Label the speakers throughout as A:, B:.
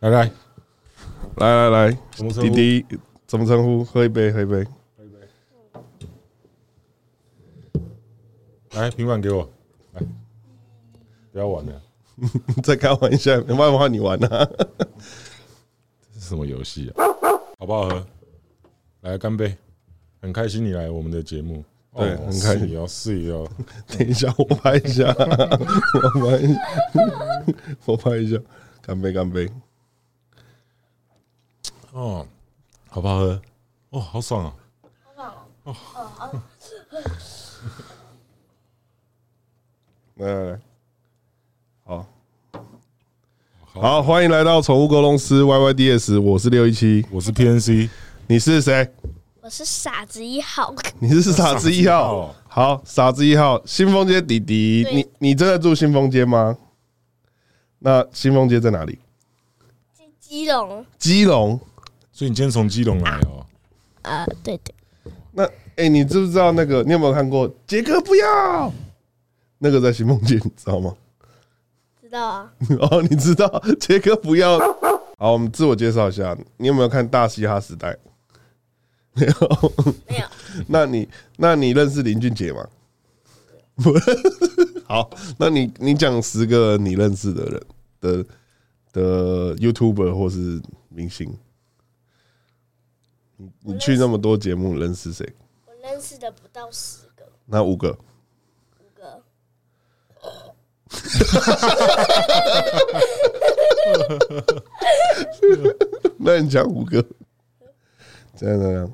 A: 来来，
B: 来来来，
A: 怎么称
B: 弟
A: 呼
B: 弟怎么称呼？喝一杯，喝一杯。
A: 来平板给我，来，不要玩了，
B: 在开玩笑，没办法，你玩 啊。
A: 这是什么游戏啊？好不好喝？来干杯！很开心你来我们的节目，
B: 对
A: 哦
B: 很开心
A: 是哦，是哦，
B: 等一下，我拍一下， 我拍一下，我拍一下，干杯，干杯！
A: 哦，好不好喝？哦，好爽啊！
B: 来来来，好，
A: 好
B: 好，欢迎来到宠物沟通师 YYDS，我是六一七，
A: 我是 PNC，
B: 你是谁？
C: 我是傻子一号，
B: 你是傻
A: 傻
B: 子一
A: 子一
B: 号
A: 号。
B: 好，傻子一号，新丰街弟弟，
C: 对
B: 你你真的住新丰街吗？那新丰街在哪里？
C: 基隆。
B: 基隆。
A: 所以你今天从基隆来哦，
C: 呃，对对，
B: 那哎、诶你知不知道那个？你有没有看过《杰哥不要》？那个在新梦街，你知道吗？
C: 知道啊。
B: 哦，你知道杰哥不要。好，我们自我介绍一下，你有没有看《大嘻哈时代》？ 没有。
C: 没有，
B: 那你那你认识林俊杰吗？ 不认识。好，那你你讲十个你认识的人的的 YouTuber 或是明星。你你去那么多节目，你认识谁？
C: 我认识的不到十个，
B: 那五个。
C: 五个。
B: 那你讲五个，这样这样，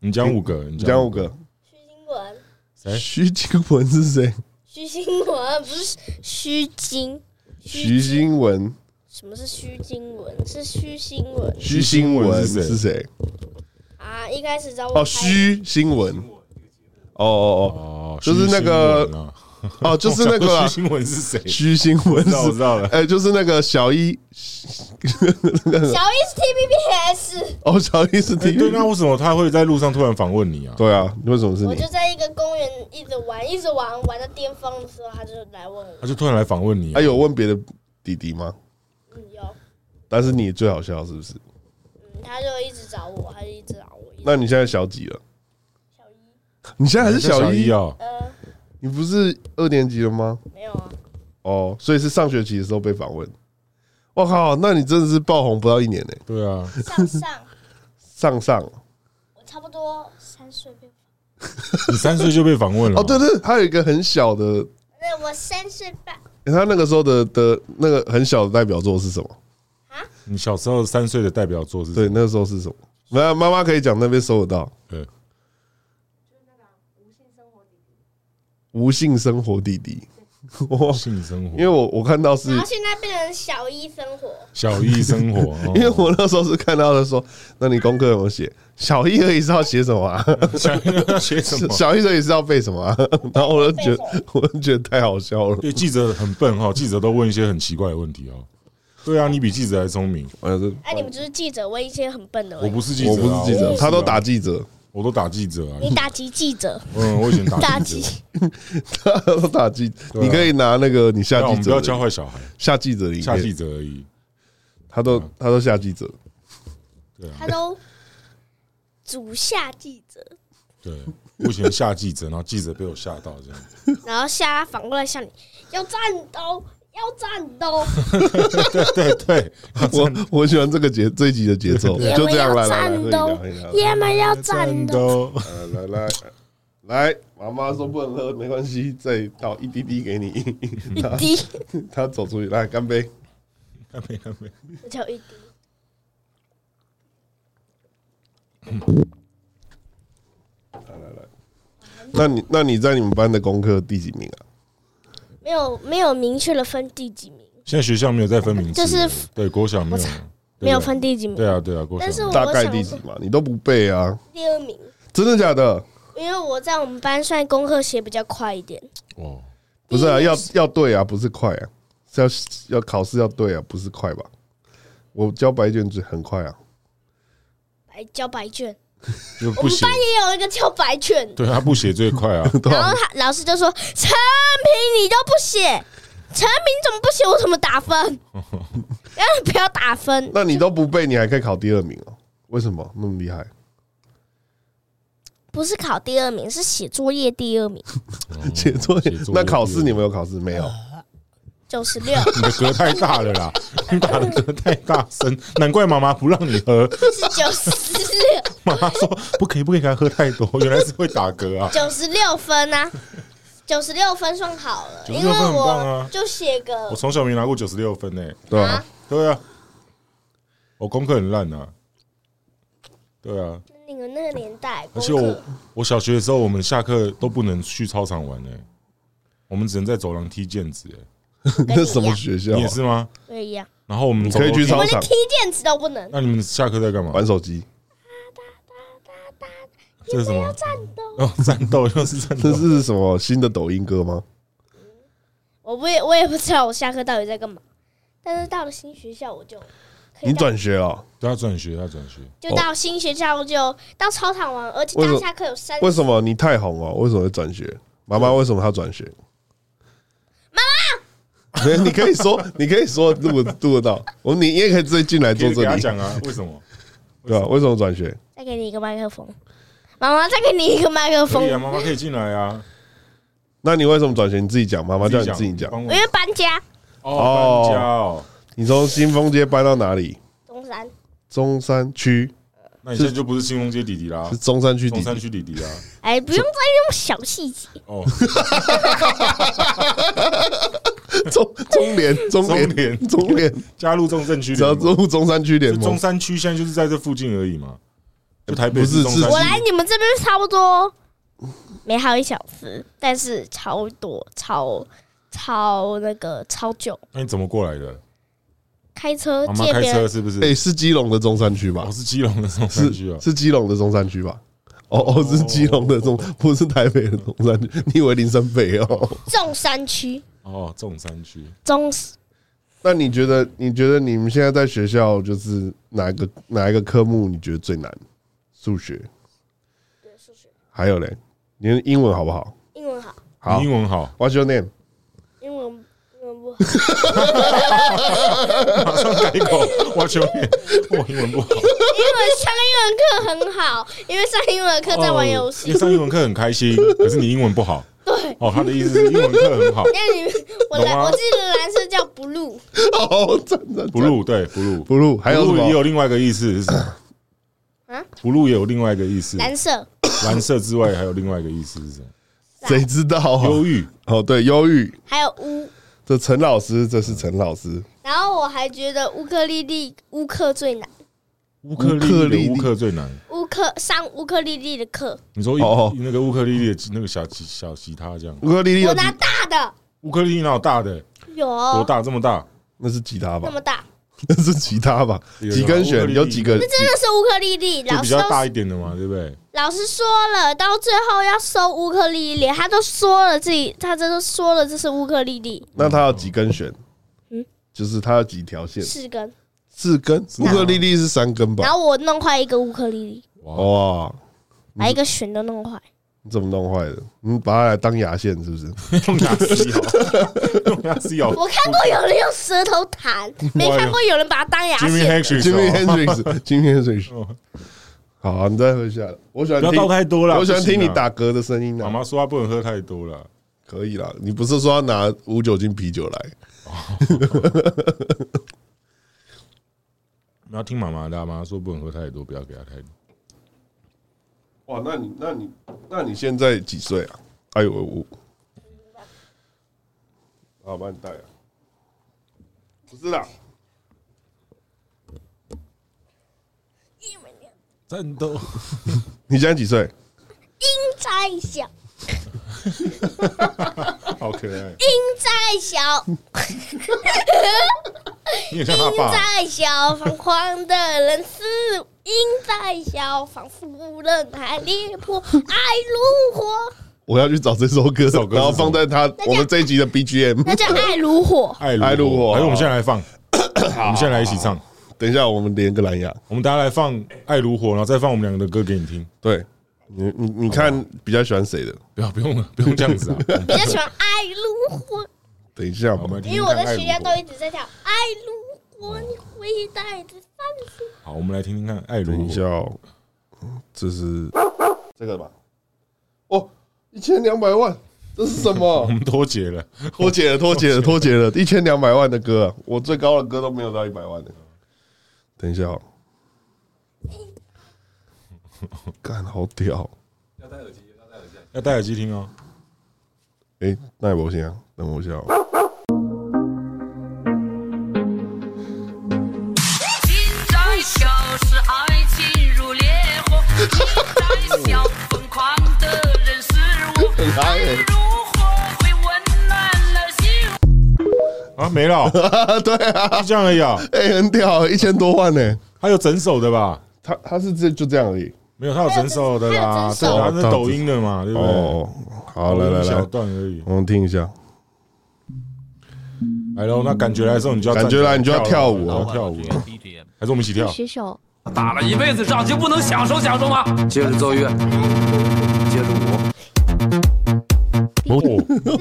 A: 你讲五个，你
B: 你讲五，个。
C: 徐金文，
A: 哎
B: 徐金文是谁？
C: 徐金文不是虚金，
B: 徐新文，
C: 什么是虚金文？是虚新文
B: 徐新文是谁？
C: 啊！一开始找我
B: 哦，
C: 拍
B: 徐新文。哦哦
A: 哦，
B: 就是那
A: 徐
B: 个
A: 新闻啊
B: 哦，哦， 就是那个
A: 我想说
B: 啊
A: 徐新闻是谁？
B: 徐新文
A: 知道我知
B: 是，
A: 道了，
B: 哎，就是那个小一，
C: 小 S T B B S，
B: 哦，小一是
A: 哎
B: 第一。
A: 对，那为什么他会在路上突然访问你啊？
B: 对啊，为什么是
C: 我
B: 你
C: 就？在一个公园一直玩，一直玩，玩到巅峰的时候，他就来问我，
A: 他就突然来访问你啊
B: 还，哎有问别的弟弟吗？
C: 嗯，有，
B: 但是你最好笑是不是？
C: 嗯，他就一直找我，他就一直找我，一直
B: 那你现在小几了？
C: 小一，
B: 你现在哎还是
A: 小
B: 小一？
A: 哦，
C: 呃，
B: 你不是二年级了吗？
C: 没有啊，
B: 哦，所以是上学期的时候被访问。我靠，那你真的是爆红不到一年呢、
A: 对啊，
C: 上上。
B: 上上
C: 我差不多三岁被，
A: 你三岁就被访问了，
B: 哦，对对，他有一个很小的，
C: 那我三岁半，
B: 他那个时候的的那个很小的代表作是什么？
A: 你小时候三岁的代表作是
B: 对，那时候是什么？没有，妈妈可以讲，那边搜得到。
A: 对，
B: 无性生活弟弟，哇！
A: 性生活，
B: 哦因为我我看到是
C: 然，后现在变成小一生活，
A: 小一生活，哦
B: 因为我那时候是看到的说，那你功课有没有写？小一而已是要写什么、啊？
A: 哦 小一要写什么？
B: 小一而已是要背什么、啊？然后我就觉
C: 背什
B: 得，我就觉得太好笑了。
A: 对，记者很笨哈，记者都问一些很奇怪的问题哦。对啊，你比记者还聪明。
B: 我是
C: 哎、你们只是记者，我以前很笨的而
A: 我
C: 已，
A: 不是记者
B: 我
A: 啊，
B: 不是记
A: 我
B: 者，他都打
A: 啊，
B: 记者，
A: 我都打记者啊。
C: 你打击记者，
A: 嗯，我以前打
C: 打
A: 记者。
C: 击
B: 他都打记。
A: 啊
B: 你可以拿那个你下
A: 那我
B: 记
A: 们不要
B: 者
A: 教
B: 的
A: 坏小孩，
B: 下记者的影
A: 下记
B: 片，
A: 者而已。
B: 他都他都下记者。
C: 他都主下记者，
A: 对，我以前下记者，然后记者被我吓到这样。
C: 然后下反过来向你要战斗，要战斗，
A: 对对，
B: 我我喜欢这个节这一集的节奏，
C: 对
B: 就这样
C: 因为
B: 来来
C: 要
B: 来啊喝饮
C: 战斗
B: 料，喝饮料
C: 爷们要战斗，
A: 斗。
B: 呃来来来，妈妈说不能喝，没关系，再倒一滴滴给你。
C: 一
B: 啊
C: 滴，
B: 他走出去，来干杯。
A: 看没看没？
C: 我叫一滴，
B: 那你那你在你们班的功课第几名啊？
C: 没有没有明确的分第几名，
A: 现在学校没有再分名次，
C: 就是
A: 对国小没有，
C: 没有分第几名，
A: 对啊对啊，国小
C: 但是我
B: 大概
C: 想
B: 第几嘛？你都不背啊？
C: 第二名，
B: 真的假的？
C: 因为我在我们班算功课写比较快一点，
A: 哦，
B: 不是啊，要要对啊，不是快啊，是要要考试要对啊，不是快吧？我交白卷子很快啊，
C: 白交白卷，
A: 就
C: 我
A: 不
C: 们
A: 写
C: 班，也有一个叫白卷，
A: 对他不写最快 啊，
B: 对
C: 然
B: 啊
C: 后他老师就说：“陈平，你都不写，陈平怎么不写？我怎么 打分？然后不要打分，
B: 那你都不背，你还可以考第二名哦？为什么那么厉害？
C: 不是考第二名，是写作业第二名，
B: 写作业
A: 写作业
B: 那考试你们有考试没有？
C: 九十六，
A: 你的嗝太大了啦，你打的嗝太大声，难怪妈妈不让你喝，
C: 是九十六，
A: 妈妈说不可以不可以给他喝太多，原来是会打嗝啊，
C: 九十六分啊，九十六分算好了，
A: 96
C: 因为
A: 分很棒
C: 我
A: 啊
C: 就写个
A: 我从小没拿过九十六分呢、
B: 对啊
C: 啊，，
A: 对啊，我功课很烂啊，对啊，
C: 你们那个年代
A: 而
C: 功
A: 且我
C: 课，
A: 我小学的时候，我们下课都不能去操场玩呢、我们只能在走廊踢毽子、欸，
C: 跟
B: 那
C: 你
B: 什
C: 一
B: 么
C: 样，
B: 学校
A: 你
B: 啊
A: 也？是吗？
C: 我也一样，
A: 然后我们
B: 你可以去
A: 走
B: 操
A: 楼梯
B: 场
C: 我连踢毽子都不能，
A: 那你们下课在干嘛？
B: 玩手机，
A: 这是什么？
C: 战斗，
A: 哦，战斗又是战
B: 这
A: 斗，
B: 是什么新的抖音歌吗？
C: 我不也我也不知道我下课到底在干嘛，但是到了新学校我就可以
B: 你
C: 带。
B: 转学哦？
A: 都要转学，要转学。
C: 就到新学校就到操场玩，而且
B: 为什
C: 大
B: 么
C: 下课有三
B: 为什么你太红哦？为什么会转学？妈妈为什么她转学？妈妈， 你可以说，你可以说录录得到，我你也可以直接进来坐
A: 接
B: 这
A: 给他
B: 里，
A: 讲啊，为什 么？
B: 对吧？为什么转学？
C: 再给你一个麦克风，妈妈再给你一个麦克风，
A: 可以啊，
C: 因
A: 妈妈可以进来 啊。
B: 那你为什么转学？你自己讲，妈妈叫你自己讲。哎
A: 帮我
C: 为搬家
A: 哦，搬家哦。
B: 你从新丰街搬到哪里？
C: 东
B: 啊
C: 山
B: 中山区
A: 那你现在就不是新丰街弟弟啦
B: 是，中山区
A: 中
B: 底，
A: 山区弟弟啊。
C: 哎，不用再用小细节，
A: 哦，
B: 中中联 中
A: 中
B: 联
A: 联
B: 中联，
A: 加入中正区
B: 只要
A: 联盟，
B: 入中山区联
A: 就中
B: 盟，
A: 山区现在就是在这附近而已嘛。就台北
B: 不是
A: 市中山
B: 是
C: 我
A: 区，
C: 来你们这边差不多没好一小时，但是超多超超那个超久，
A: 哎那你怎么过来的？
C: 开车
A: 妈妈
C: 借
A: 开
C: 别
A: 车
C: 人
A: 是不是？
B: 哎，是基隆的中山区吧
A: 我？是基隆的中山区
B: 是
A: 啊。
B: 是基隆的中山区吧？哦哦，是基隆的中，不是台北的中山区。 你以为林森 北哦？
C: 中山区
A: 哦，中山区。
C: 中
B: 那你觉得？你觉得你们现在在学校就是哪一个哪一个科目你觉得最难？数学，还有嘞，你的英文好不好？
C: 英文好，
B: 好
A: 你英文 好，
B: ，What's your name？
C: 英文英文不好，
A: 马上改口。我求你，我英文不好。
C: 因为上英文课很好，因为上英文课在玩游
A: 哦因
C: 戏
A: 为，上英文课很开心，可是你英文不好。
C: 对。，
A: 哦，他的意思是英文课很好
C: 那你我
A: 懂啊
C: 蓝，
A: 吗
C: 我记得蓝色叫 blue，
B: 哦，真的
A: 不录对不录
B: 不录，还有什
A: 不录也
B: 么？
A: 有另外一个意思是什么？
C: 啊
A: 不录也有另外一个意思，
C: 蓝色
A: 蓝色之外还有另外一个意思是什么？
B: 谁知道啊？
A: 忧郁
B: 哦，对，忧郁。
C: 还有乌。
B: 这陈老师，这是陈老师。
C: 然后我还觉得乌克丽丽乌克最难，
A: 乌克丽
B: 克
A: 丽
B: 丽
A: 的
B: 丽
A: 乌克最难。
C: 乌克上乌克丽丽的课，
A: 你说
B: 哦哦
A: 那个乌克丽丽的那个小吉小吉他这样，
B: 乌克丽丽有
C: 我
B: 几
C: 拿大的
A: 乌克丽丽哪有大的？
C: 有
A: 多大？这么大？
B: 那是吉他
C: 那
B: 吧？
C: 么大，
B: 那是吉他吧？
A: 有
B: 几根
A: 乌克丽
B: 弦？
A: 丽
B: 有几个？
C: 真的是乌克丽丽。
A: 就
C: 老
A: 比
C: 师
A: 较大
C: 都
A: 一点的嘛，对不对？
C: 老师说了，到最后要收乌克丽丽，他都说了自己，他真的说了这是乌克丽丽，
B: 那它有几根弦？
C: 嗯
B: 就是它有几条线？
C: 四根。
B: 四根。乌克丽丽是三根
C: 然
B: 吧？
C: 后我弄坏一个乌克丽丽，
A: 哇，
B: 哇，
C: 把
A: 嗯
C: 一个弦都弄坏。
B: 你怎么弄坏的？你把它来当牙线是 不是？
A: 用牙齿咬，用牙齿咬。
C: 我看过有人用舌头 弹，没看过有人把它当牙
A: Jimmy
C: 线。
B: Jimmy
A: Hendrix，
B: Hendrix，Jimmy Hendrix。
A: 哦
B: 好啊，你再喝下来。我喜欢
A: 不要
B: 听
A: 倒，太多了。
B: 我喜欢听
A: 不
B: 你
A: 行啊
B: 打嗝的声音
A: 妈
B: 啊。
A: 妈说她不能喝太多了，
B: 可以啦，你不是说要拿无酒精啤酒来？
A: 你要听妈妈的啊。妈妈说不能喝太多，不要给她太多。
B: 哇，那你那你那你现在几岁啊？哎呦，我我，啊，帮你带啊，不是啦，
A: 战斗，
B: 你现在几岁？
C: 音摘一下，音
A: 好可爱。
C: 摘小，
A: 你也像他爸，
C: 再小，彷徨的人是因再小，仿佛人海裂 破，爱如火，
B: 我要去找这首歌，
A: 首歌是
B: 然后放在他我们这一集的 BGM。
C: 那叫爱如火。
A: 爱
B: 爱如火
A: 来，我们现在来放，我们现在来一起唱，
B: 等一下，我们连个蓝牙。
A: 我们大家来放《爱如火》，然后再放我们两个的歌给你听。
B: 对你，你你看比较喜欢谁的？
A: 不要，不用了，不用这样 子啊！
C: 比较喜欢 爱如火，
B: 等一下
A: 好我
B: 嘛
A: 们，听
C: 因
A: 听
C: 为我
A: 看
C: 的
A: 爱
C: 学
A: 如
C: 校都
A: 火。
C: 一直在跳爱如火，你会带着三十。
A: 好，我们来听听看《爱如
B: 等
A: 火
B: 一》下哦，这是这个吧？哦，一千两百万，这是什么
A: 我？们脱节 了，
B: 脱节了，脱节了，脱节了！一千两百万的歌、啊，我最高的歌都没有到一百万的。等一下、哦， 干好屌！
A: 要戴耳机听哦。
B: 哎、那也不行啊，等我一下、哦。
D: 今在小时爱情如烈火，今在小疯狂的人是我，
B: 哎
D: 爱如火会温暖了心。
A: 啊，没了哦，
B: 对啊
A: 就，这样而已啊。
B: 哎、很屌，一千多万呢、
A: 还有整首的吧？
B: 他他是这就这样而已。
A: 没有，他有整首的
C: 还有
A: 啦，
C: 整
A: 对
C: 首
A: 啊，那是抖音的嘛，对不对？
B: 哦，好，来来
A: 一小
B: 来，
A: 段而已。
B: 我们听一下。
A: 来喽，那感觉来的时候，你就要
B: 感觉来你就要
A: 跳了
B: 跳舞
A: 然
B: 哦
A: 后跳舞了，还是我们一起跳？
C: 学手
E: 打了一辈子仗就不能享受享受吗？接着奏乐，接着舞，
A: 哦，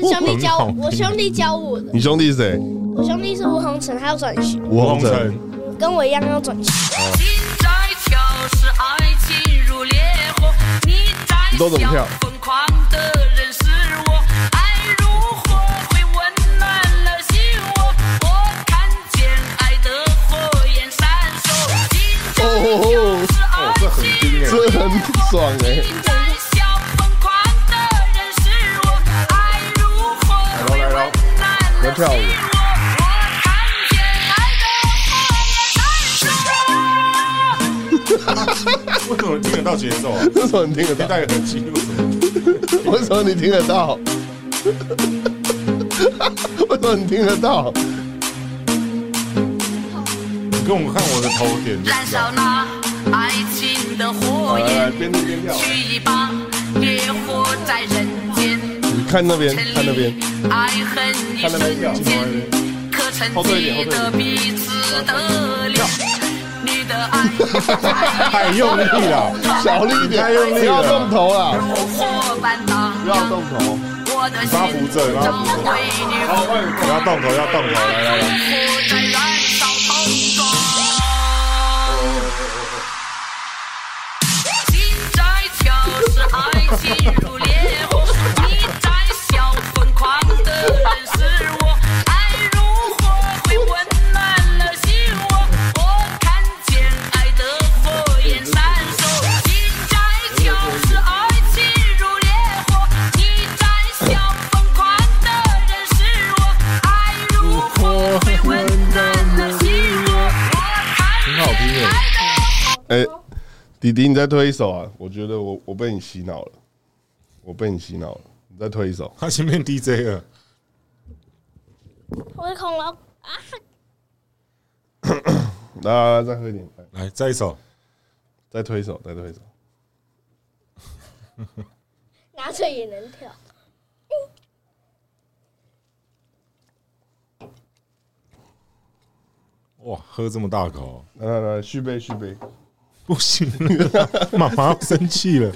C: 是兄弟教
A: 很好
C: 我，
A: 听
C: 我兄弟教我的。
B: 你兄弟是谁？
C: 我兄弟是吴宏成，他要转学，
B: 吴
A: 王
B: 宏成。
A: 晨，
C: 跟我一样要转学。
D: 今在小时爱情如烈火，你在
B: 都怎么跳
D: 小疯狂的人是我，爱如火会温暖了心窝，我看见爱的火焰闪烁。今在
B: 哦
D: 小时爱
A: 这很
D: 情
A: 冰哎
B: 这很爽哎、
D: 在小疯狂的人是我，爱如火会温暖了心窝，我看见爱的火焰闪烁。
A: 为什么听得到节奏 啊？
B: 为什么你听得
A: 你
B: 到？
A: 戴耳机为什么？
B: 为什么你听得到？ 为什么你听得到？
A: 你跟我看我的头点就
D: 燃
A: 知道
D: 烧那爱情的火焰，
B: 边听边跳
D: 去吧，烈火在人间。
B: 你看那边，看那边，，
D: 爱恨一瞬间，可曾记得彼此的 脸？你的爱，
A: 太用力了，
B: 小力一点，
A: 太用力了
B: 不要动头啊啦，
D: 火般荡
B: 不要
D: 漾，
B: 动头。
D: 我的心找回你，
A: 不要动头，要动头，来来来，
D: 火在燃烧腾中。今在小时爱情如烈火，你在笑疯狂的人是我，爱如火会温暖了心窝，我看见爱的火焰闪烁。今在小时爱情如烈火，你在笑疯狂的人是我，爱如火会温暖了心窝，我看
A: 很好听
D: 见
A: 耶
D: 爱的火。
B: 哎、弟弟，你再推一首啊！我觉得我我被你洗脑了，我被你洗脑了。你再推一首，
A: 他前面 DJ 了，
C: 我是恐龙，
B: 来来来，再喝一点，来
A: 来再一首，
B: 再推一首，再推一首。
C: 拿着也能跳。
A: 哇，喝这么大口，
B: 来来来，续杯续杯。
A: 不行了，妈妈要生气了。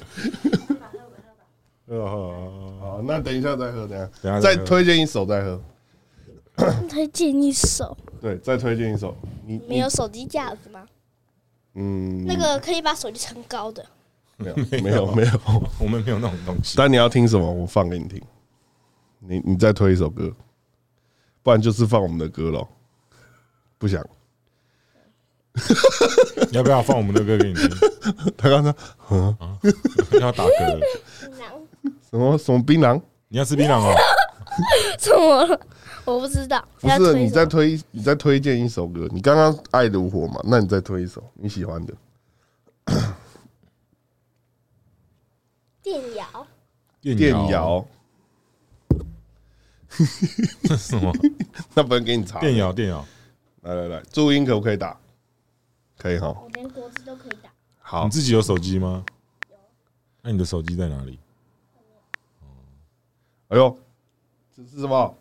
B: 哦
A: 呃，
B: 好，那等一下再喝，等一
A: 等一
B: 下
A: 下
B: 再
A: 再喝
B: 推荐一首再喝。
C: 推荐一首，
B: 对，再推荐一首。你
C: 没有手机架子吗？
B: 嗯，
C: 那个可以把手机撑高的。
B: 没 有没有没有。
A: 我们没有那种东西。
B: 但你要听什么，我放给你听。你你再推一首歌，不然就是放我们的歌咯。不想，
A: 要不要放我们的歌给你听？
B: 他刚才
A: 要打嗝了，
C: 嗯
B: 什么什么槟榔？
A: 你要吃槟榔哦。
C: 怎么 了？我不知道。
B: 不
C: 要
B: 是，
C: 推
B: 你
C: 什
B: 再
C: 么
B: 推你再推荐一首歌，你刚刚爱如火嘛？那你再推一首你喜欢的。
C: 电摇，
A: 电
B: 电，摇，
A: 这是什么？
B: 那不能给你查。
A: 电摇电摇，
B: 来来来，注音可不可以打？可以哈。
C: 我连国字都可以打。
B: 好
A: 你，自己有手机吗？那你的手机在哪里？
B: 哎呦，这是什么？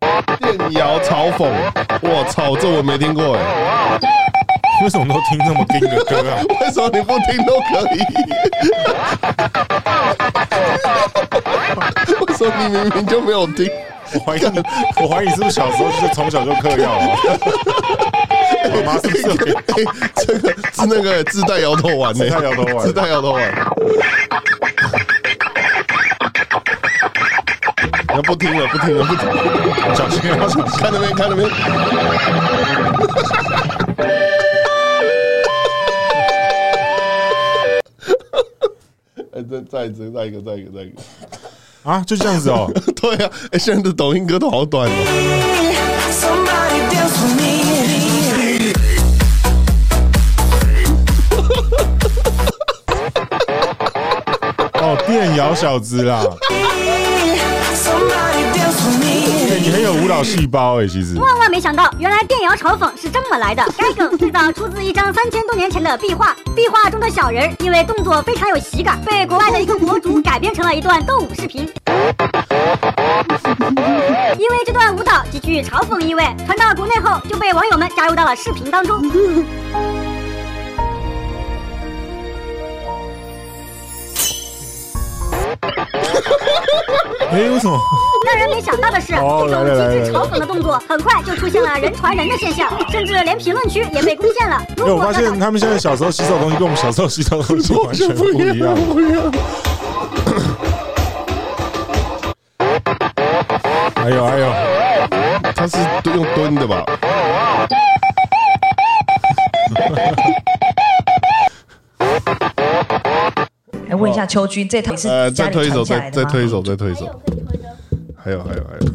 B: 电摇嘲讽，我操，这我没听过哎，
A: 为什么都听这么硬的歌啊？
B: 为什么你不听都可以？为什么你明明就没有听？
A: 我怀疑，我怀疑是不是小时候就是从小就嗑药啊？我妈是不 是有给
B: 哎、这个是那个自带摇头丸呢、
A: 自带摇头丸
B: 自带摇头丸。那不听了，不听了，不听了，小心啊，小心！看那边，看那边。哎、再 再一次，再一个，再一个，再 一个。
A: 啊？就这样子哦。
B: 对啊，哎、现在的抖音歌都好短哦。
F: Somebody dance for me.
A: 哦，电摇小子 啦，
F: Somebody dance for me.
A: 哎你很有舞蹈细胞哎、其实
G: 万万没想到，原来电摇嘲讽是这么来的。该梗最早出自一张三千多年前的壁画，壁画中的小人儿因为动作非常有喜感，被国外的一个博主改编成了一段斗舞视频。因为这段舞蹈极具嘲讽意味，传到国内后就被网友们加入到了视频当中。
A: 哎、为什么？
G: 让人没想到的是，
A: 哦
G: 这种
A: 来了来
G: 极
A: 了
G: 致嘲讽的动作很快就出现了人传人的现象，甚至连评论区也被攻陷了。
A: 哎、
G: 如果
A: 我发
G: 要
A: 现
G: 找
A: 他们现在小时候洗手的东西跟我们小时候洗手的东西 完全不一样。还有还有，
B: 他是用蹲的吧？
H: 来哎问一下秋君，这套你是
B: 呃，
H: 家
B: 再
H: 里
B: 推一首，
H: 传下
B: 再
H: 来的
B: 再
H: 吗
B: 推一首，再推一
C: 还
B: 首
C: 有。可以推的，
B: 还有还有还有，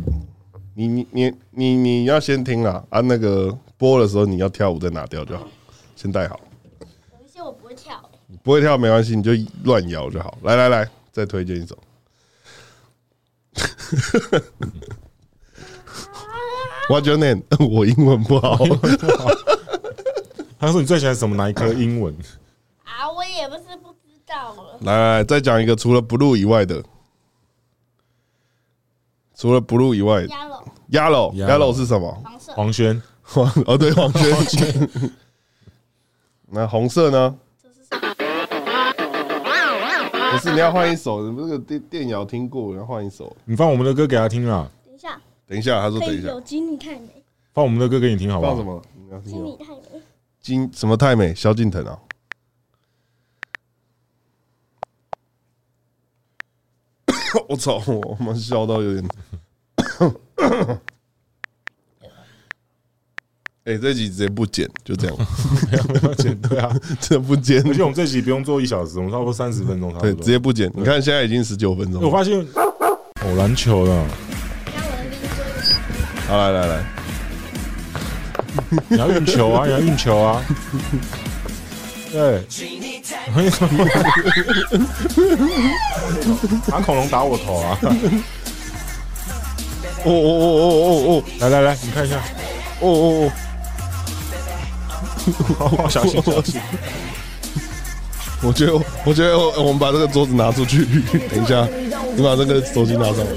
B: 你你你你你要先听啦啊！那个播的时候你要跳舞再拿掉就好，先带好。
C: 有一些我不会跳。
B: 不会跳没关系，你就乱摇就好。来来来，再推荐一首。What's your name？我 英文不好，
A: 他说你最喜欢什么哪一科英文？
C: 啊，我也不是不知道了。
B: 来来来，再讲一个除了 blue 以外的，除了 blue 以外
C: 鸭
B: ，yellow
C: 肉，
A: Yellow
B: yellow 是什么？
C: 黄色，
A: 黄轩，
B: 黄 哦，对，黄轩。 那红色呢？
C: 这是什么？
B: 不是，你要换一首，你这个电电摇听过，然后换一首。
A: 你放我们的歌给他听啊，
C: 等一下，
B: 等一下，他说哦
C: 可
B: 等一
C: 以
B: 下
C: 有，金你太美，
A: 放我们的歌给你听好不
B: 放
A: 好
B: 什？么？你要听
C: 金
B: 什
C: 你
B: 么
C: 太美，
B: 金什么太美？萧敬腾啊？我操！我们笑到有点。哎、这集直接不剪，就这样，
A: 对啊，
B: 这不剪，
A: 而且我们这集不用做一小时，我们差不多三十分钟差不多。
B: 对，直接不剪。你看现在已经十九分钟
A: 哎我
B: 了，
A: 发现哦，篮球了，
B: 好来来来，
A: 你要运球啊，你要运球啊。对，为什么？拿恐龙打我头啊！
B: 哦哦哦哦哦
A: 来来来，你看一下，
B: 哦哦哦
A: 好小心小心。
B: 哦！我觉得，我觉得我们把这个桌子拿出去，等一下，你把这个手机拿上来。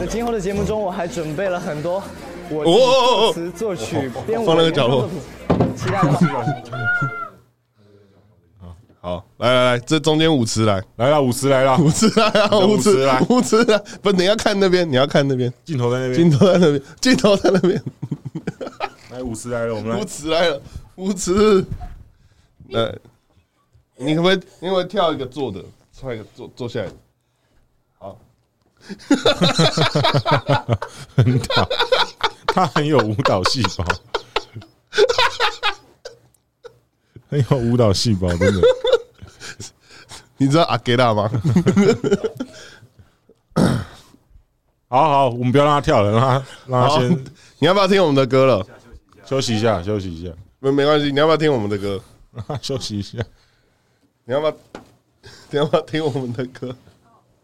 I: 在今后的节目中，我还准备了很多我
B: 哦哦哦
I: 词作曲编舞
B: 放那个角落
I: 作品，期待大家。
B: 好，来来来，这中间舞池来，
A: 来了，五十来了，
B: 舞池来啊，
A: 舞
B: 舞
A: 池
B: 池
A: 来
B: 舞池来，不，你要看那边，你要看那边，
A: 镜头在那
B: 镜
A: 边。
B: 头在那边，镜头在那边，
A: 来，五十来了，我们
B: 舞
A: 来。
B: 池来了，舞池，来，你可不可以，你可不可以跳一个坐的，跳一个坐坐下来的，好，
A: 他很有舞蹈细 胞，很有舞蹈细胞，真的。
B: 你知道阿给拉吗？
A: 好好，我们不要让他跳了，让他让他
B: 好
A: 先，
B: 你要不要听我们的歌了？
A: 休息一下，休息一下，
B: 没没关系，你要不要听我们的歌？
A: 让他休息一下。
B: 你要不要，你要不要听我们的歌？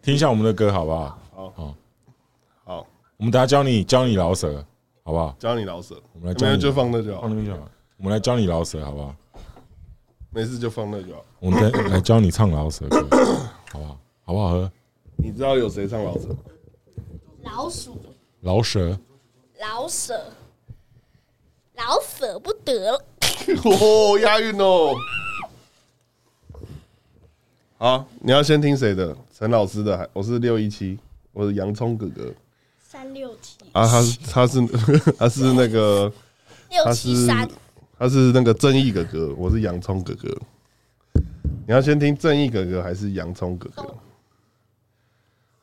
A: 听一下我们的歌好不好？
B: 好
A: 好，
B: 好，
A: 我们等下教你教你饶舌，好不好？
B: 教你老舍，
A: 我们来
B: 没
A: 教
B: 有
A: 你
B: 就放那就好
A: 放，那边就好。我们来教你饶舌，好不好？
B: 没事就放那就好。
A: 我们 再来教你唱饶舌歌，好不好？好不好喝？
B: 你知道有谁唱老舍？
C: 老鼠、
A: 饶舌，
C: 老舍、老舍不得了。
B: 哦，押韵哦。好，你要先听谁的？陈老师的，还我是六一七，我是洋葱哥哥
C: 三六七
B: 啊，他是他是他是那个
C: 六
B: 他
C: 七
B: 是
C: 三，
B: 他是那个正义哥哥，我是洋葱哥哥。你要先听正义哥哥还是洋葱哥哥？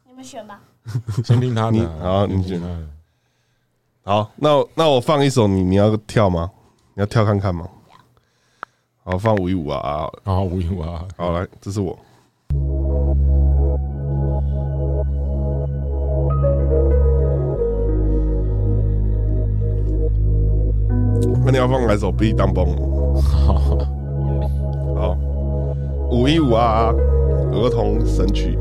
C: 你们选吧。
A: 先听他
B: 你
A: 的啊，
B: 好你
A: 先听
B: 选
A: 他的。
B: 好，那我那我放一首你你要跳吗？你要跳看看吗？好，放五一五啊啊！好了
A: 好，五一五啊，
B: 好来，这是我。那你要放哪首《B 当崩》？
A: 好，
B: 好，五一五啊，儿童神曲。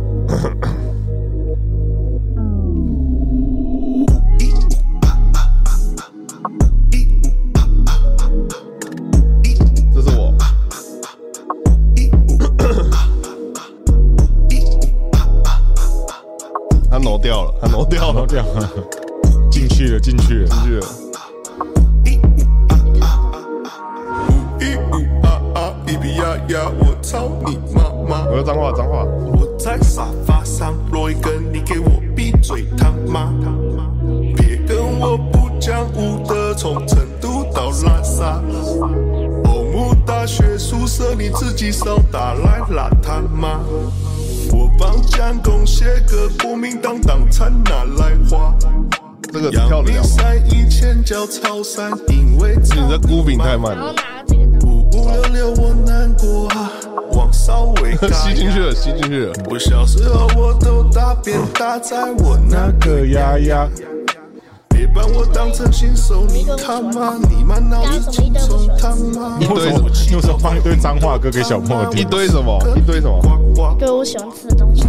B: 这是我。他挪掉了，他挪掉
A: 好
B: 了，
A: 掉了，进去了，进去了，
B: 进去了。
J: 一五啊啊，一比呀呀，我操你妈妈！
B: 我说脏话，脏话。
J: 我在沙发上落一根，你给我闭嘴他妈！别跟我不讲武德，从成都到拉萨，欧姆大学宿舍你自己手打来啦他妈！我帮蒋公写个国民党党餐拿来花，
B: 这个跳
J: 阳
B: 得
J: 明
B: 了吗？
J: 山以前叫草山，因为草
B: 你这孤饼太慢
C: 然后
B: 了，
C: 拿这
B: 哦
C: 个
J: 五五六六我难过啊，往稍 微
B: 吸进去了，吸进去了。
J: 我小时候我都大便大在我那个
A: 呀呀，
J: 别把我当成新手，你他妈你妈脑子清楚他妈！
B: 一
A: 为
B: 堆
A: 什么
B: 什么？
A: 为什么放一堆脏话歌给小莫
B: 一
A: 听？
B: 堆什么？一堆什么？
J: 呱呱
C: 对，我喜欢吃的东西，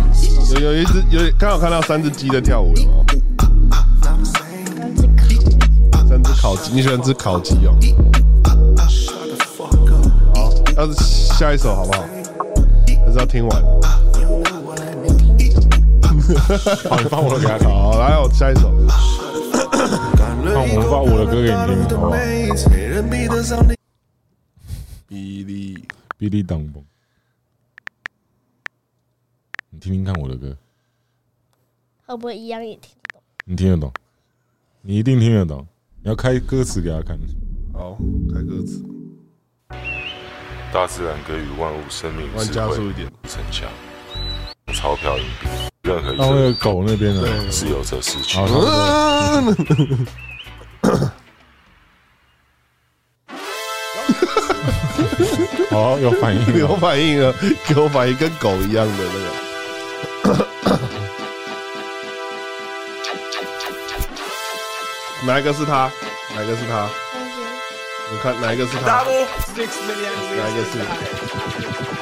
B: 有有一只有刚好看到三只鸡在跳舞，有没有？
C: 像这个。
B: 三只烤鸡，你喜欢吃烤鸡哦？好，要是下一首好不好？还是要听完？
A: 好，你放我的给他听。
B: 好，来我下一首。
A: 那我们把我的歌给你听，好不好？
J: 没人比得上你。
B: 哔哩，
A: 哔哩当蹦，你听听看我的歌，
C: 会不会一样也听不懂？
A: 你听得懂？你一定听得懂。你要开歌词给他看。
B: 好，开歌词，
K: 大自然给予万物生命
B: 我
K: 智
B: 加
K: 慧
B: 速一点。
K: 与逞强，钞票、硬币，任何一
A: 到那
K: 个
A: 个狗那边了，
K: 是有着失去
A: 好，。差不多好有反 应
B: 有
A: 了。
B: 反 应了，有反应跟狗一样的那个。哪一个是他？哪一个是他？你看哪一个是他？哪一个是？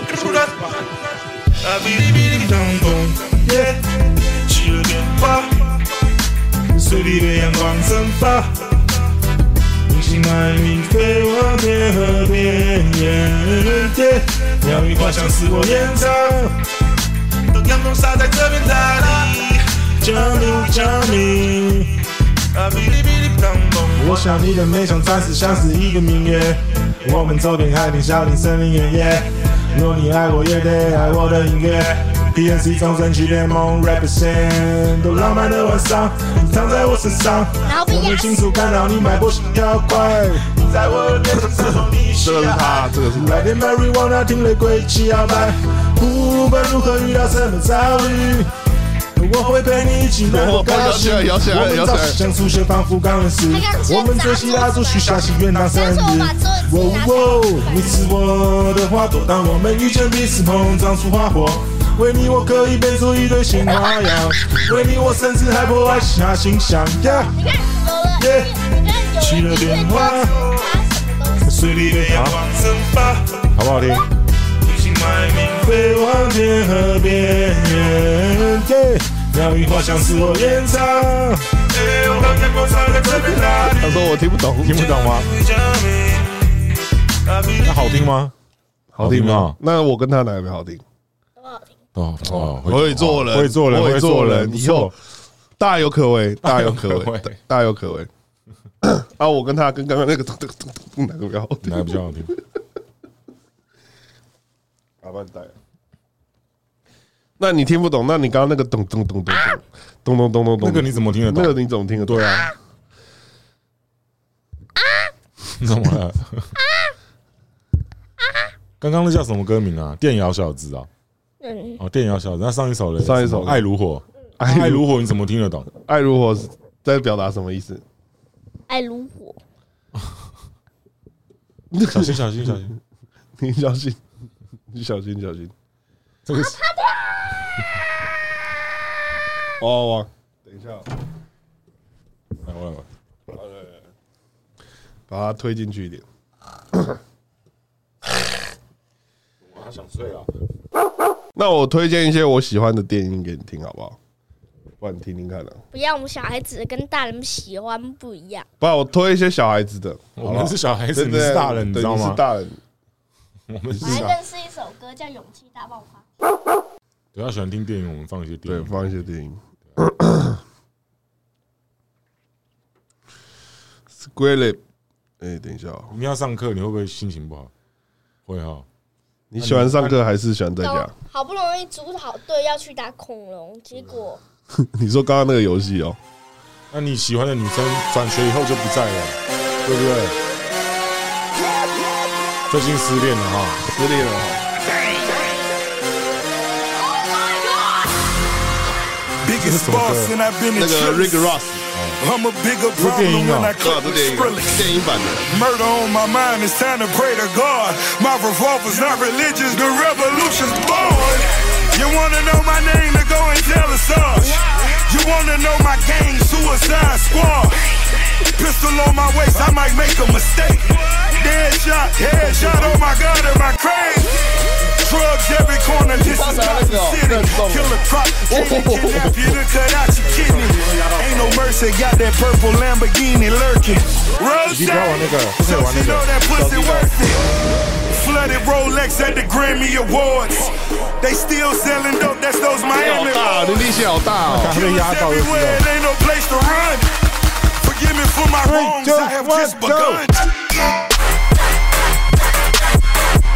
L: 我想你的每场战士像是一个明月，我们走遍海边、小林、森林、原野。若你爱我，也得爱我的音乐。PNC 终身区联盟 represent，多浪漫的晚上，你躺在我身上，
C: 然后被
L: 我
C: 压
L: 能
C: 死
L: 清。楚感到你脉搏心跳快。你在我耳边是否你需
B: 这个是
L: 要爱
B: 他，？这个是
L: 来点 marijuana，听雷鬼七摇摆，不管如何遇到什么遭遇。我会陪你一起来到高兴。
B: 我摇起来摇起来
L: 我们
B: 摇
L: 早
B: 起来
L: 起相处，却仿佛刚认识
C: 他刚。
L: 我们追起蜡烛，许下心愿当生
C: 但
L: 日
C: 是我把桌子。拿起
L: 哦
C: 来
L: 哦，你是我的花朵，当我们遇见彼此，膨胀出花火。为你，我可以变出一堆新花样。为你，我甚至还破坏其他心想呀。
C: 你看有了，
L: Yeah
C: 你看有
L: 起
C: 了
L: 了
C: 音乐
L: 变
C: 就
L: 化
C: 是拿什么东西？
L: 水里的阳光蒸发，
A: 好不好听？
L: 你心外明飞往天河边，对，鸟语花香是我原唱。哎我看见过他在这边哪里
B: 他说我听不懂，
A: 听不懂吗？那好听吗？
B: 好听
A: 啊
B: 吗？那我跟他哪个比较好听？
A: 哦哦，
B: 会做人，
A: 会做人，
B: 会做人，
A: 不
B: 以
A: 错
B: 后大有 可为，大有
A: 大
B: 可
A: 有
B: 为
A: 可为，
B: 大有可为。 啊，我跟他跟刚刚那个咚咚咚咚咚哪个比较好听？
A: 哪个比较好听？
B: 阿曼带。啊那你听不懂？那你刚刚那个咚咚咚咚咚咚咚咚咚咚，
A: 那个你怎么听得懂
B: 那个你怎么听得懂？对啊，
A: 怎么了？刚刚那叫什么歌名啊？电摇小子啊！
C: 嗯，
A: 哦，电摇小子。那上一首嘞？
B: 上一
A: 什
B: 首
A: 么爱如火，
B: 爱如
A: 爱如火，你怎么听得懂？
B: 爱如火在表达什么意思？
C: 爱如火，
A: 小心，小心，小心！
B: 你小心，你小心，小心。
A: 这个
B: 哦，哇等一下，
A: 来，我来玩。
B: 把它推进去一点。
A: 我想睡了。
B: 那我推荐一些我喜欢的电影给你听，好不好？不然你听听看啊。
C: 不要我们小孩子跟大人喜欢不一样。
B: 不然我推一些小孩子的。
A: 我
B: 好不
A: 们
B: 好
A: 是小孩子，
B: 对
A: 你
B: 对
A: 是大人，你
B: 对
A: 知道
B: 你
A: 吗？
B: 是大人，
A: 我们是
C: 我还
A: 小。
C: 认识一首歌叫《勇气大爆发
A: 主要喜欢听电影，我们放一些电
B: 对，
A: 影。
B: 放一些电影。Square，哎，等一下哦，
A: 我们要上课，你会不会心情不好？会哈。
B: 啊你喜欢上课还是喜欢》在家
C: 搞，？好不容易组好队要去打恐龙，结果
B: 你说刚刚那个游戏哦，
A: 那你喜欢的女生转学以后就不在了，对不对？最近失恋了哈，
B: 失恋了哦，
L: Biggest boss and I've been in
B: 那个 Rick
L: trouble.
B: Ross
L: I'm a bigger
B: 这
A: 네,
B: 电
L: problem
B: 影
L: when
B: 哦啊
A: 아,
L: I，click
B: 这
L: with
B: 电影
L: Skrillex.
B: 电影版的，
L: Murder on my mind, it's time to pray to God. My revolver's not religious, the
F: 그
L: revolution's born. You wanna know my name, then go and tell us all. You wanna know my gang, suicide squad. Pistol on my waist, I might make a mistake. Dead shot, head shot, oh my god, am I crazy? Drugs every corner, this is not the city. Kill a crop, kidnap you to cut out your kidney. Ain't no mercy, got that purple Lamborghini lurking. Rose
A: 你不要玩那个，不是玩那
L: you
A: 个。
L: know that pussy worth it. Flooded Rolex at the Grammy Awards. They still selling dope, that's those
B: 哎
L: Miami.
B: 大，你力气好大哦，
A: 他被
L: Killers
A: 压到就知道
L: everywhere, it。ain't no place to run. Forgive me for my wrongs, I have just begun.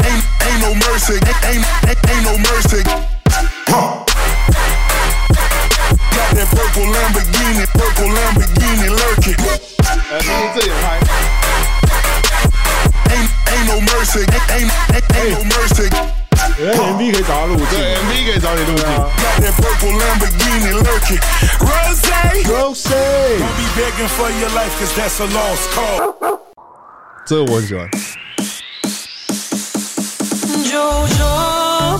L: Ain't, ain't no mercy, ain't, ain't, ain't no mercy. Huh. Got that purple Lamborghini, purple Lamborghini lurking.
B: 哎，这也拍，
L: Ain't, ain't no mercy, ain't, ain't, ain't no mercy.
A: 哎，MV 可以找他录
B: 对
A: 进。
B: ，MV 可以找你录进。
L: Got that purple Lamborghini lurking. Rose,
B: Rose，
L: don't be begging for your life, cause that's a lost cause.
B: 这个我很喜欢，
F: 久久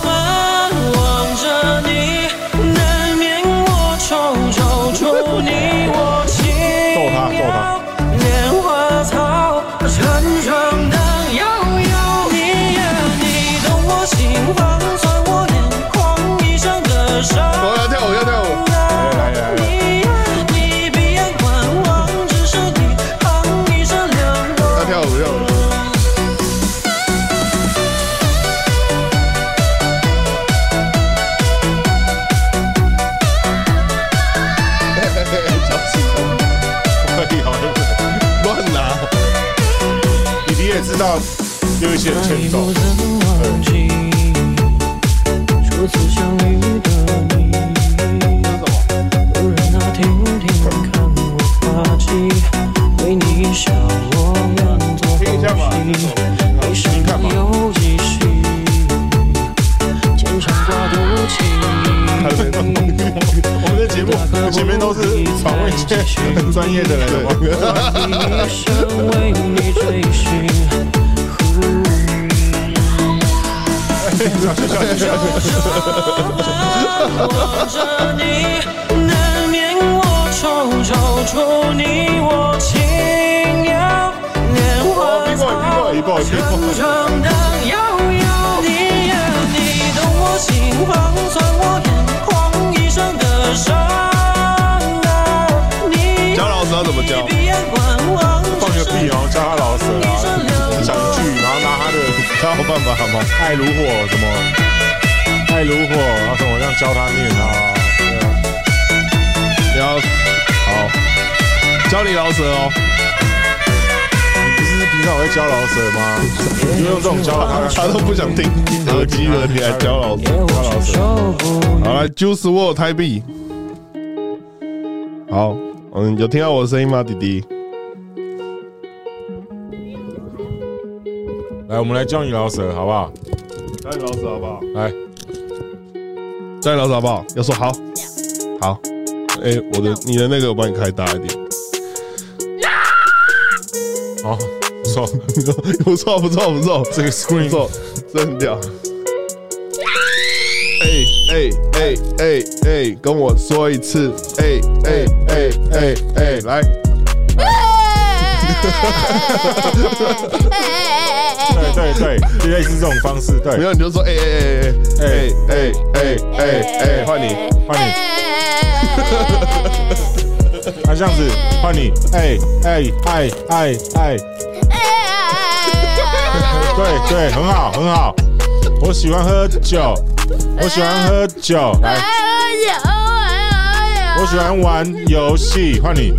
F: 盼望着你，难免我冲超出你我情
A: 逗他逗
F: 妙。拈花草，沉沉荡悠悠，你呀你懂我心房，算我眼眶一上的伤。啊
B: 哦我要跳舞，要跳舞，
A: 哎来
B: 哎
A: 来来来，
F: 你呀你闭眼观望，只是你哼一声两个。
A: 呃
B: 要跳舞，要跳舞。
A: 可以好对不对？
B: 乱拿，
A: 弟弟也知道有一些欠揍
F: 我，怎么忘记初次相遇的你？不然那听听看我发起，为你笑我愿做
B: 听一下嘛，
F: 呼吸。悲伤又继续，牵肠挂肚
B: 看谁弄
F: 情。
A: 我们的节目前面都是访问一些很专业的人，好不好
F: 一生为你追寻。望着你，难免我愁，超出你我情遥。年华
A: 一过一过一过一过
F: 长长荡悠悠，你呀你懂我黄穿我眼眶一生的伤啊！你
B: 教老师要怎么教？
F: 闭眼观望，
A: 放个屁哦，叫他老师啊，讲一句，然后拿他的，
B: 他有办法好吗？
A: 爱如火什么？爱如火，然后怎么样教他念啊？
B: 你要好，教你饶舌哦。
A: 你不是平常有在教老舍吗？你就用这种教他，
B: 他都不想听耳机了，你还教老师？
A: 教老舍。
B: 好来，Juice World 台币。好，嗯，有听到我的声音吗，弟弟？
M: 来，我们来教你老舍好不好？
A: 教你老舍好不好？
M: 来，
B: 教你老师好不好？要说好，好。哎、我的你的那个我帮你开大一点。
M: 好，不错，
B: 不错，不错，不错，
M: 这个 screen
B: 不错，这很屌。哎哎哎哎哎，跟我说一次，哎哎哎哎哎，来，
A: 对对对，类似这种方式，对
B: 没，有你就说哎哎哎哎哎哎哎哎哎，换你，
A: 换你。那这样子，换你，哎哎哎哎哎，对对，很好很好，我喜欢喝酒，我喜欢喝酒，来，我喜欢玩游戏，换你，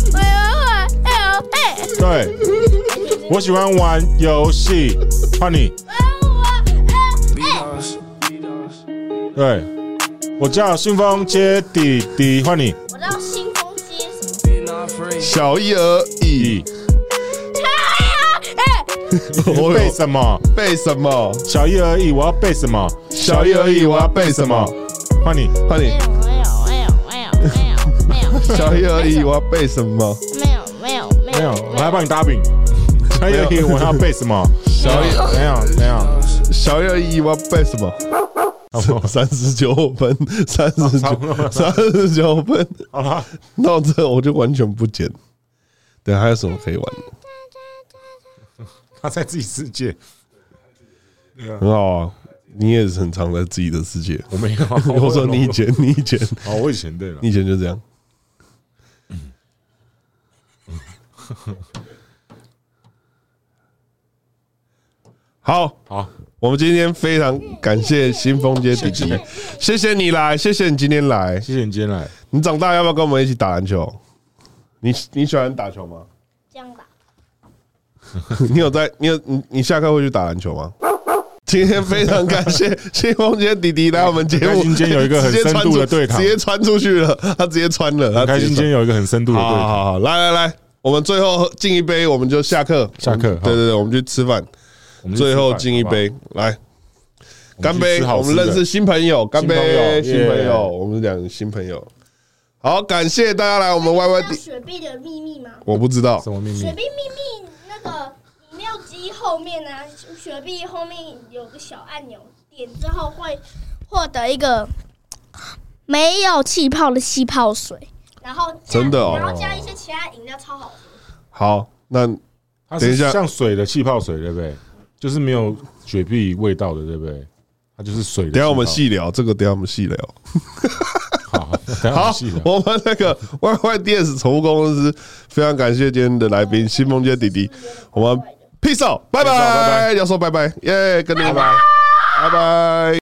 A: 对，我喜欢玩游戏，换你，对，我叫信封街弟弟，换你，
C: 我叫新风街什么？
B: 小一而已， 我
A: 背
B: 有
A: 什么？
B: 背什么？
A: 小一而已，我要背什么？
B: 小一而已，我要背什么？
A: 换你，
B: 换你，小一而
C: 哎
B: 已，我要背什么？
A: 没有，我来帮你搭 饼。小一而已，我要背什么？
B: 小一
A: 没有没有，
B: 小一而已，我要背什么？三十九分，三十
A: 差
B: 九
A: 不多，了
B: 三十九分。
A: 好了，
B: 到这我就完全不剪。对，还有什么可以玩的？
A: 他在自己世界。
B: 很好啊，你也是很常在自己的世界。
M: 我没哦有，
B: 我说你以前，你以前，
M: 哦，我以前对了
B: 你，以前就这样。
M: 嗯
B: 好，
M: 好，
B: 我们今天非常感谢新风街弟弟，谢谢你来，谢谢你今天来。
M: 谢谢你今天来，
B: 你长大要不要跟我们一起打篮球？你你喜欢打球吗？
C: 这样吧，
B: 你有在？你有你你下课会去打篮球吗？今天非常感谢新风街弟弟来我们节
A: 很
B: 目，
A: 开心今天有一个很
B: 直接
A: 深
B: 穿
A: 度的
B: 出
A: 对谈
B: 直接穿出去了，他直接穿了，他
A: 很开
B: 直
A: 心
B: 接
A: 今
B: 穿
A: 天有一个很深度的
B: 好
A: 对
B: 好
A: 话。
B: 好好，来来来，我们最后喝敬一杯，我们就下课，
M: 下课
B: 我们
M: 好
B: 对对对，我们去吃饭，
M: 我们去
B: 最
M: 吃
B: 后
M: 饭
B: 敬一，杯，来
M: 好不好
B: 干杯，我们认识，新朋友，干杯，
A: 新朋友
B: 新朋友，
A: 耶
B: 我们两个新朋友，好，感谢大家来我们 Y Y
C: 知道
B: D，
C: 雪碧的秘密吗？
B: 我不知道
M: 我，们去吃
C: 雪
M: 好吃的什么秘密？
C: 碧秘密那个饮料机后面啊，雪碧后面有个小按钮，点之后会获得一个没有气泡的气泡水，然后加
B: 真的哦
C: 然后加一些其他饮料，超好喝。
B: 好，那
M: 它
B: 等
M: 是
B: 一下
M: 像水的气泡水，对不对？就是没有雪碧味道的，对不对？它就是水的气泡。
B: 等一下我们细聊这个，等一下我们细聊。
M: 好，等一下我
B: 好
M: 们细，聊。
B: 我们那个 YYDS 宠物公司非常感谢今天的来宾新梦街弟弟，我们 peace out，拜
A: Peace out，拜拜
B: 拜，要说拜拜，耶，跟你们拜拜，拜拜。